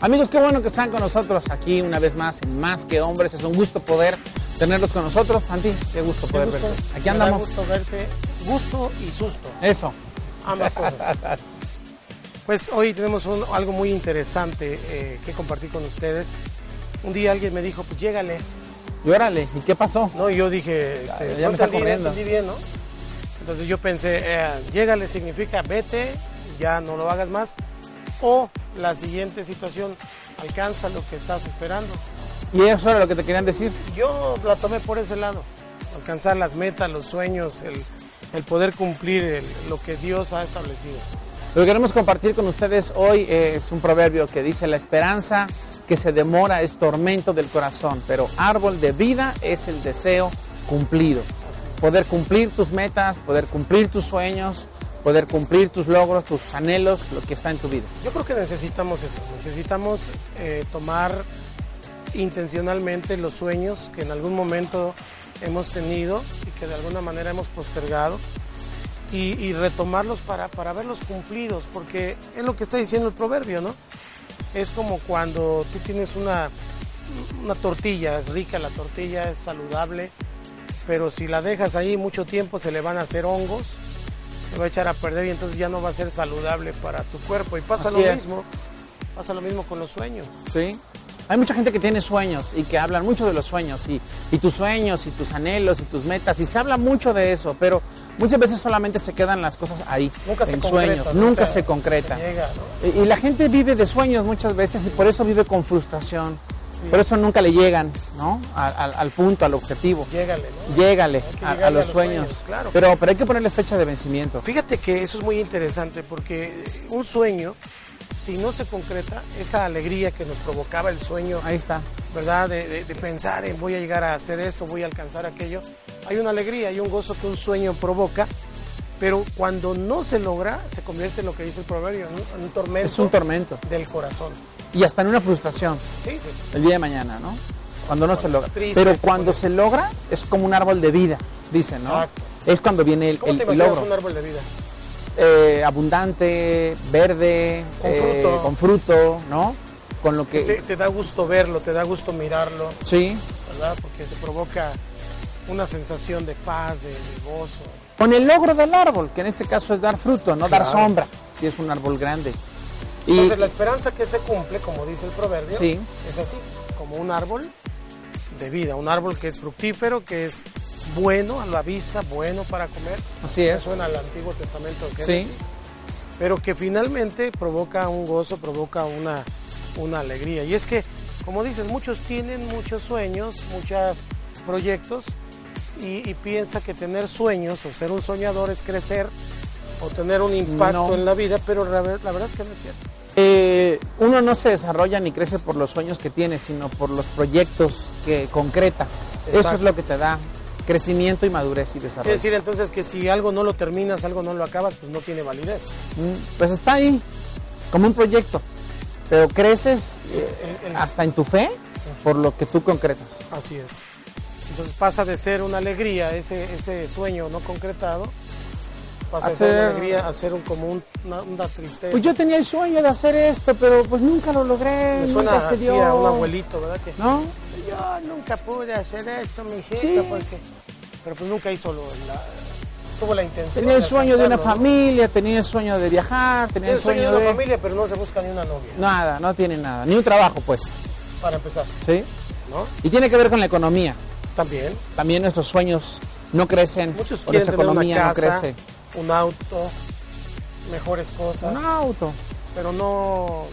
Amigos, qué bueno que están con nosotros aquí una vez más en Más que Hombres. Es un gusto poder tenerlos con nosotros. Santi, qué gusto poder gusto. verlos. Aquí Me andamos. Da gusto verte. Gusto y susto. Eso. Ambas cosas. Pues hoy tenemos un- algo muy interesante eh, que compartir con ustedes. Un día alguien me dijo, pues llégale. Y órale, ¿y qué pasó? No, y yo dije, este, Ya- ya no me está entendí, no corriendo. entendí bien, ¿no? Entonces yo pensé, eh, llégale significa vete, ya no lo hagas más. O la siguiente situación, alcanza lo que estás esperando. Y eso era lo que te querían decir. Yo la tomé por ese lado. Alcanzar las metas, los sueños, el, el poder cumplir el- lo que Dios ha establecido. Lo que queremos compartir con ustedes hoy eh, es un proverbio que dice, la esperanza que se demora es tormento del corazón, pero árbol de vida es el deseo cumplido. Poder cumplir tus metas, poder cumplir tus sueños, poder cumplir tus logros, tus anhelos, lo que está en tu vida. Yo creo que necesitamos eso. Necesitamos eh, tomar intencionalmente los sueños que en algún momento hemos tenido y que de alguna manera hemos postergado y, y retomarlos para, para verlos cumplidos, porque es lo que está diciendo el proverbio, ¿no? Es como cuando tú tienes una, una tortilla, es rica la tortilla, es saludable, pero si la dejas ahí mucho tiempo se le van a hacer hongos, se va a echar a perder y entonces ya no va a ser saludable para tu cuerpo. Y pasa Así lo es. mismo, pasa lo mismo con los sueños. ¿sí? Hay mucha gente que tiene sueños y que hablan mucho de los sueños y, y tus sueños y tus anhelos y tus metas y se habla mucho de eso, pero muchas veces solamente se quedan las cosas ahí, Nunca se en concreta, sueños, nunca nunca se concreta. se llega, ¿no? Y y la gente vive de sueños muchas veces y por eso vive con frustración, por eso nunca le llegan ¿no? A- al- al punto, al objetivo. Llégale, ¿no? Llégale que a, a llegarle a los los sueños, sueños, claro. pero, pero hay que ponerle fecha de vencimiento. Fíjate que eso es muy interesante porque un sueño, si no se concreta, esa alegría que nos provocaba el sueño, Ahí está. ¿verdad? De, de- de pensar en voy a llegar a hacer esto, voy a alcanzar aquello. Hay una alegría y un gozo que un sueño provoca, pero cuando no se logra, se convierte en lo que dice el proverbio, en un, en un tormento Es un tormento del corazón. y hasta en una frustración. Sí, sí. el día de mañana, ¿no? Cuando no se logra. triste, Pero te cuando pones- se logra, es como un árbol de vida, dicen, ¿no? Exacto. Es cuando viene el, ¿Cómo el- te el imaginas logro. un árbol de vida? Eh, abundante, verde, Con eh, fruto. con fruto, ¿no? Con lo Te, que... te da gusto verlo, te da gusto mirarlo, Sí. ¿verdad? Porque te provoca una sensación de paz, de- de gozo. Con el logro del árbol, que en este caso es dar fruto, no dar Claro. sombra, si es un árbol grande. Y, Entonces la esperanza que se cumple, como dice el proverbio, Sí. es así, como un árbol de vida, un árbol que es fructífero, que es bueno a la vista, bueno para comer. Así es. Eso suena al Antiguo Testamento, Sí. Génesis, pero que finalmente provoca un gozo, provoca una, una alegría. Y es que, como dices, muchos tienen muchos sueños, muchos proyectos, y, y piensa que tener sueños o ser un soñador es crecer o tener un impacto No. en la vida, pero la ver- la verdad es que no es cierto. eh, uno no se desarrolla ni crece por los sueños que tiene, sino por los proyectos que concreta. Eso es Exacto. lo que te da crecimiento y madurez y desarrollo. Quiere decir entonces que si algo no lo terminas, algo no lo acabas, pues no tiene validez. Mm, pues está ahí, como un proyecto. Pero creces eh, El- el- hasta en tu fe por lo que tú concretas. Así es. Entonces pasa de ser una alegría, ese, ese sueño no concretado, pasa A de ser una ser- alegría a ser un, como un- una, una tristeza. Pues yo tenía el sueño de hacer esto, pero pues nunca lo logré. Me suena nunca se así dio. a un abuelito, ¿verdad? Que ¿No? yo nunca pude hacer esto, mi hijita, Sí. porque... Pero pues nunca hizo lo, la, tuvo la intención. Tenía el sueño de una alcanzarlo, ¿no? familia, tenía el sueño de viajar, tenía Tiene el sueño de... una familia, pero no se busca ni una novia, Nada, no tiene nada. Ni un trabajo, pues. para empezar, ¿Sí? ¿no? Y tiene que ver con la economía. También. También nuestros sueños no crecen. Muchos o quieren nuestra tener una economía no casa, crece. un auto, mejores cosas, Un auto. pero no,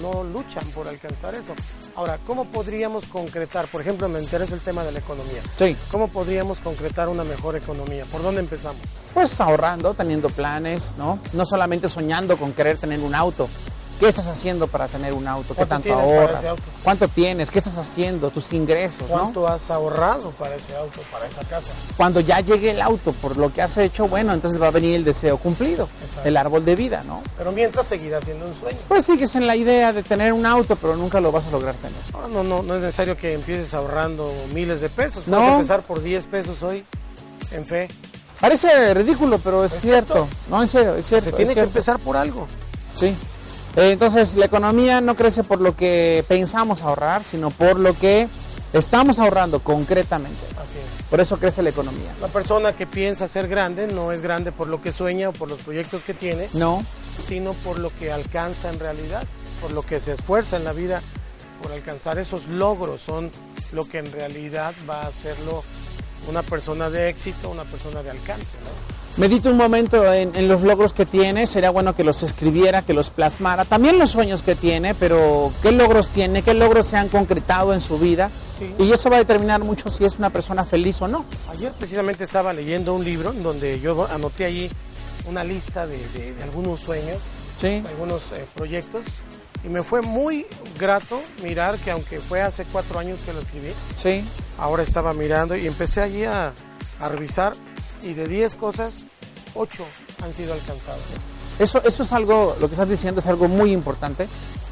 no luchan por alcanzar eso. Ahora, ¿cómo podríamos concretar? Por ejemplo, me interesa el tema de la economía. Sí. ¿Cómo podríamos concretar una mejor economía? ¿Por dónde empezamos? Pues ahorrando, teniendo planes, ¿no? No solamente soñando con querer tener un auto. ¿Qué estás haciendo para tener un auto? ¿Qué ¿Cuánto tanto tienes para ahorras? ese auto? ¿Cuánto tienes? ¿Qué estás haciendo? Tus ingresos, ¿no? ¿Cuánto has ahorrado para ese auto, para esa casa? Cuando ya llegue el auto por lo que has hecho, bueno, entonces va a venir el deseo cumplido, Exacto. el árbol de vida, ¿no? Pero mientras seguirá siendo un sueño. Pues sigues en la idea de tener un auto, pero nunca lo vas a lograr tener. Ahora no, no, no es necesario que empieces ahorrando miles de pesos. No. Puedes empezar por 10 pesos hoy en fe. Parece ridículo, pero es, cierto. No, en serio, es cierto. Se es tiene que cierto. empezar por algo. Sí. Eh, Entonces, la economía no crece por lo que pensamos ahorrar, sino por lo que estamos ahorrando concretamente. Así es. Por eso crece la economía. La persona que piensa ser grande no es grande por lo que sueña o por los proyectos que tiene, No, sino por lo que alcanza en realidad, por lo que se esfuerza en la vida, por alcanzar esos logros, son lo que en realidad va a hacerlo una persona de éxito, una persona de alcance. ¿no? Medita un momento en, en los logros que tiene, sería bueno que los escribiera, que los plasmara, también los sueños que tiene, pero qué logros tiene, qué logros se han concretado en su vida. Sí. Y eso va a determinar mucho si es una persona feliz o no. Ayer precisamente estaba leyendo un libro en donde yo anoté allí una lista de, de- de algunos sueños, Sí, de algunos eh, proyectos, y me fue muy grato mirar que aunque fue hace cuatro años que lo escribí, sí. ahora estaba mirando y empecé allí a, a revisar y de 10 cosas, 8 han sido alcanzadas. Eso, eso es algo, lo que estás diciendo es algo muy importante.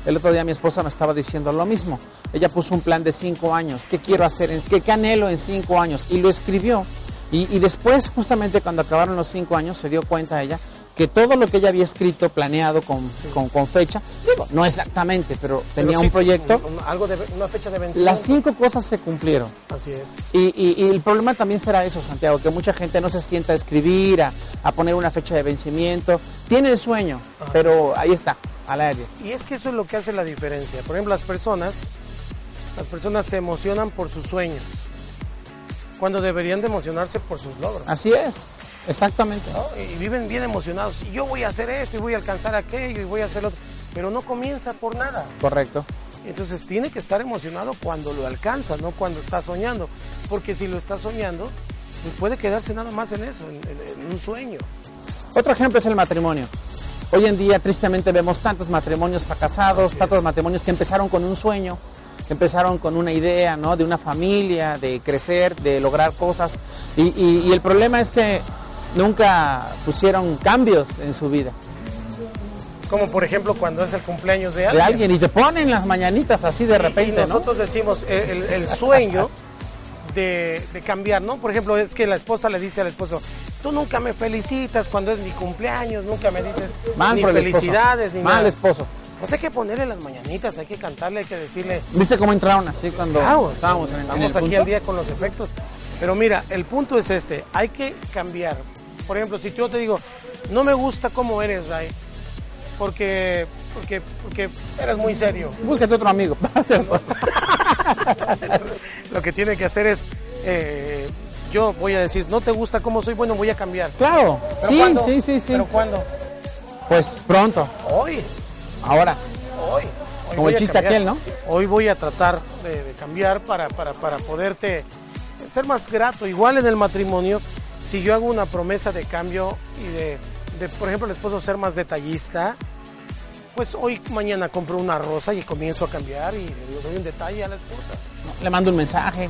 El otro día mi esposa me estaba diciendo lo mismo. Ella puso un plan de cinco años. ¿Qué quiero hacer? en- ¿Qué, qué anhelo en cinco años? Y lo escribió. Y, y después, justamente cuando acabaron los cinco años, se dio cuenta ella que todo lo que ella había escrito, planeado con, con- con fecha, digo, no exactamente, pero tenía Pero sí, un proyecto, un- un- algo de, una fecha de vencimiento. las cinco cosas se cumplieron. Así es. Y, y- y el problema también será eso, Santiago, que mucha gente no se sienta a escribir, a, a poner una fecha de vencimiento. Tiene el sueño, pero ahí está, al aire. Y es que eso es lo que hace la diferencia. Por ejemplo, las personas, las personas se emocionan por sus sueños, cuando deberían de emocionarse por sus logros. Así es, exactamente. ¿no? Y viven bien emocionados. Y yo voy a hacer esto y voy a alcanzar aquello y voy a hacer lo otro. Pero no comienza por nada. Correcto. Entonces tiene que estar emocionado cuando lo alcanza, no cuando está soñando. Porque si lo está soñando, pues puede quedarse nada más en eso, en, en- en un sueño. Otro ejemplo es el matrimonio. Hoy en día, tristemente, vemos tantos matrimonios fracasados, Así tantos es. matrimonios que empezaron con un sueño, que empezaron con una idea, ¿no? De una familia, de crecer, de lograr cosas. Y, y- y el problema es que nunca pusieron cambios en su vida. Como por ejemplo cuando es el cumpleaños de de alguien. alguien y te ponen las mañanitas así de Y- repente, y ¿no? nosotros decimos eh, el, el- el sueño de, de cambiar, ¿no? Por ejemplo, es que la esposa le dice al esposo, tú nunca me felicitas cuando es mi cumpleaños, nunca me dices Mal ni por el esposo. felicidades, ni Mal nada. esposo. Pues hay que ponerle las mañanitas, hay que cantarle, hay que decirle, ¿Viste cómo entraron así cuando Claro, estábamos sí, en, en estamos el aquí punto? al día con los efectos. Pero mira, el punto es este, hay que cambiar. Por ejemplo, si yo te digo, no me gusta cómo eres, Ray, porque, porque, porque eres muy serio. Búscate otro amigo. Lo que tiene que hacer es, eh, yo voy a decir, no te gusta cómo soy, bueno, voy a cambiar. claro, ¿Pero sí, cuándo? sí, sí, sí. ¿Pero cuándo? Pues pronto, Hoy, ahora. hoy. hoy Como voy el a chiste cambiar. aquel, ¿no? Hoy voy a tratar de, de cambiar para, para, para poderte ser más grato. Igual en el matrimonio, si yo hago una promesa de cambio y de, de, por ejemplo, el esposo ser más detallista, pues hoy, mañana compro una rosa y comienzo a cambiar y le doy un detalle a la esposa. Le mando un mensaje.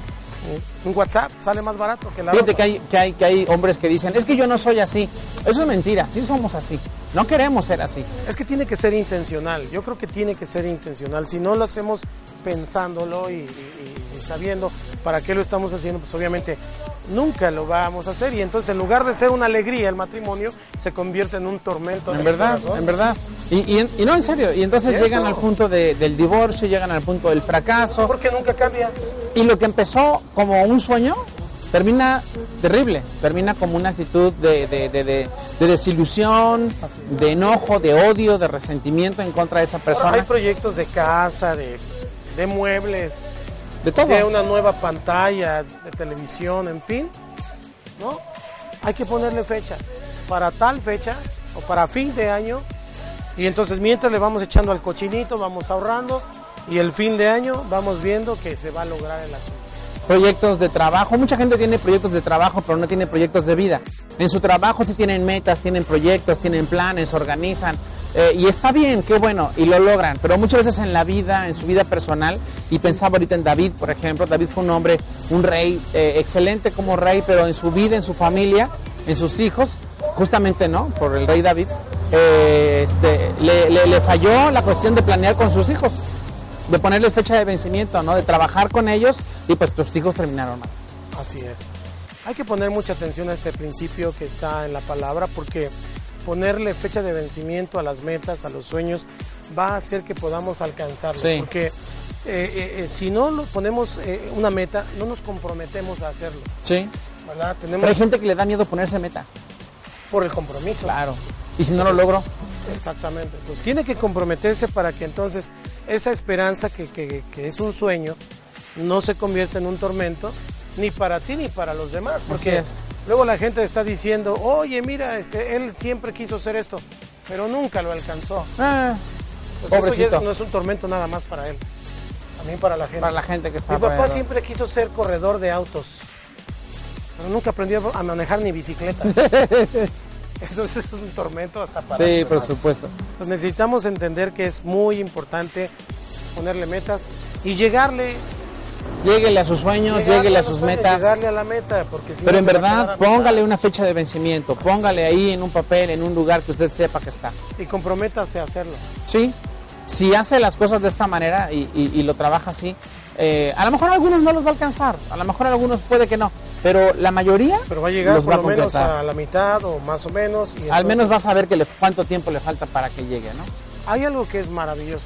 Un WhatsApp sale más barato que la Fíjate rosa. que hay, que, hay, que hay hombres que dicen, es que yo no soy así. Eso es mentira, sí somos así. No queremos ser así. Es que tiene que ser intencional, yo creo que tiene que ser intencional. Si no lo hacemos pensándolo y, y- y sabiendo para qué lo estamos haciendo, pues obviamente nunca lo vamos a hacer. Y entonces en lugar de ser una alegría el matrimonio, se convierte en un tormento. En del verdad, corazón. en verdad. Y, y- y no, en serio. Y entonces Cierto. llegan al punto de- del divorcio, llegan al punto del fracaso. Porque nunca cambia. Y lo que empezó como un sueño termina terrible, termina como una actitud de, de- de- de- de desilusión, de enojo, de odio, de resentimiento en contra de esa Ahora hay persona, proyectos de casa, de, de muebles, de todo. de una nueva pantalla, de televisión, en fin, ¿no? Hay que ponerle fecha. Para tal fecha o para fin de año Y entonces mientras le vamos echando al cochinito, vamos ahorrando y el fin de año vamos viendo que se va a lograr el asunto. Proyectos de trabajo, mucha gente tiene proyectos de trabajo, pero no tiene proyectos de vida. En su trabajo sí tienen metas, tienen proyectos, tienen planes, organizan. eh, y está bien, qué bueno, y lo logran. Pero muchas veces en la vida, en su vida personal, y pensaba ahorita en David, por ejemplo, David fue un hombre, un rey, eh, excelente como rey, pero en su vida, en su familia, en sus hijos, justamente no, por el rey David, eh, este, le- le- le falló la cuestión de planear con sus hijos de ponerles fecha de vencimiento, ¿no? De trabajar con ellos y pues tus hijos terminaron mal. Así es. Hay que poner mucha atención a este principio que está en la palabra porque ponerle fecha de vencimiento a las metas, a los sueños, va a hacer que podamos alcanzarlo. Sí. Porque eh, eh, eh, si no lo ponemos eh, una meta, no nos comprometemos a hacerlo. Sí. ¿verdad? Pero hay Tenemos gente que le da miedo ponerse meta. por el compromiso. Claro. Y si no lo logro, Exactamente. Pues tiene que comprometerse para que entonces esa esperanza que, que- que es un sueño no se convierta en un tormento, ni para ti ni para los demás. Porque es. luego la gente está diciendo, oye, mira, este, él siempre quiso hacer esto, pero nunca lo alcanzó. ah, Pues eso ya es- Pobrecito. no es un tormento nada más para él, también para la gente. para la gente que está Mi papá alrededor. siempre quiso ser corredor de autos, pero nunca aprendió a manejar ni bicicleta. Entonces es un tormento hasta para Sí, los por demás. supuesto. Entonces necesitamos entender que es muy importante ponerle metas y llegarle, Lléguele a sus sueños, lléguele, a los sus sueños, metas. llegarle a la meta, porque si Pero no en se va a quedar a verdad, mitad. póngale una fecha de vencimiento. Póngale ahí en un papel, en un lugar que usted sepa que está. y comprométase a hacerlo. Sí, si hace las cosas de esta manera y, y- y lo trabaja así, eh, a lo mejor a algunos no los va a alcanzar, a lo mejor a algunos puede que no, pero la mayoría Pero va a llegar los por va a lo menos completar. a la mitad o más o menos. y Al entonces- menos va a saber que le- cuánto tiempo le falta para que llegue, ¿no? Hay algo que es maravilloso.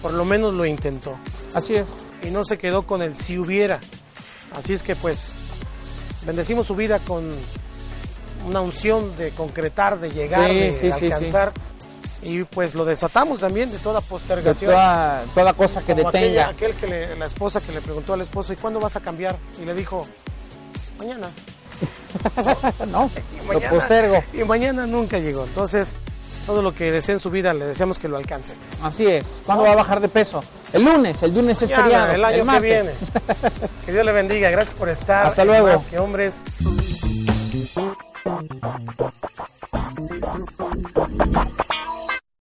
Por lo menos lo intentó Así es. y no se quedó con el si hubiera. Así es que pues bendecimos su vida con una unción de concretar, de llegar, Sí, de sí, sí, sí. alcanzar. Y pues lo desatamos también de toda De postergación. Pues toda, toda cosa que Como detenga. aquella- Aquel, que le- la esposa que le preguntó al esposo, ¿y cuándo vas a cambiar? Y le dijo, mañana. No, Y lo mañana- postergo. Y mañana nunca llegó. Entonces, todo lo que desee en su vida, le deseamos que lo alcance. Así es. ¿Cuándo va a bajar de peso? El lunes, el lunes es Mañana, feriado. el año que martes. viene. Que Dios le bendiga. Gracias por estar. Hasta en luego. Más que hombres.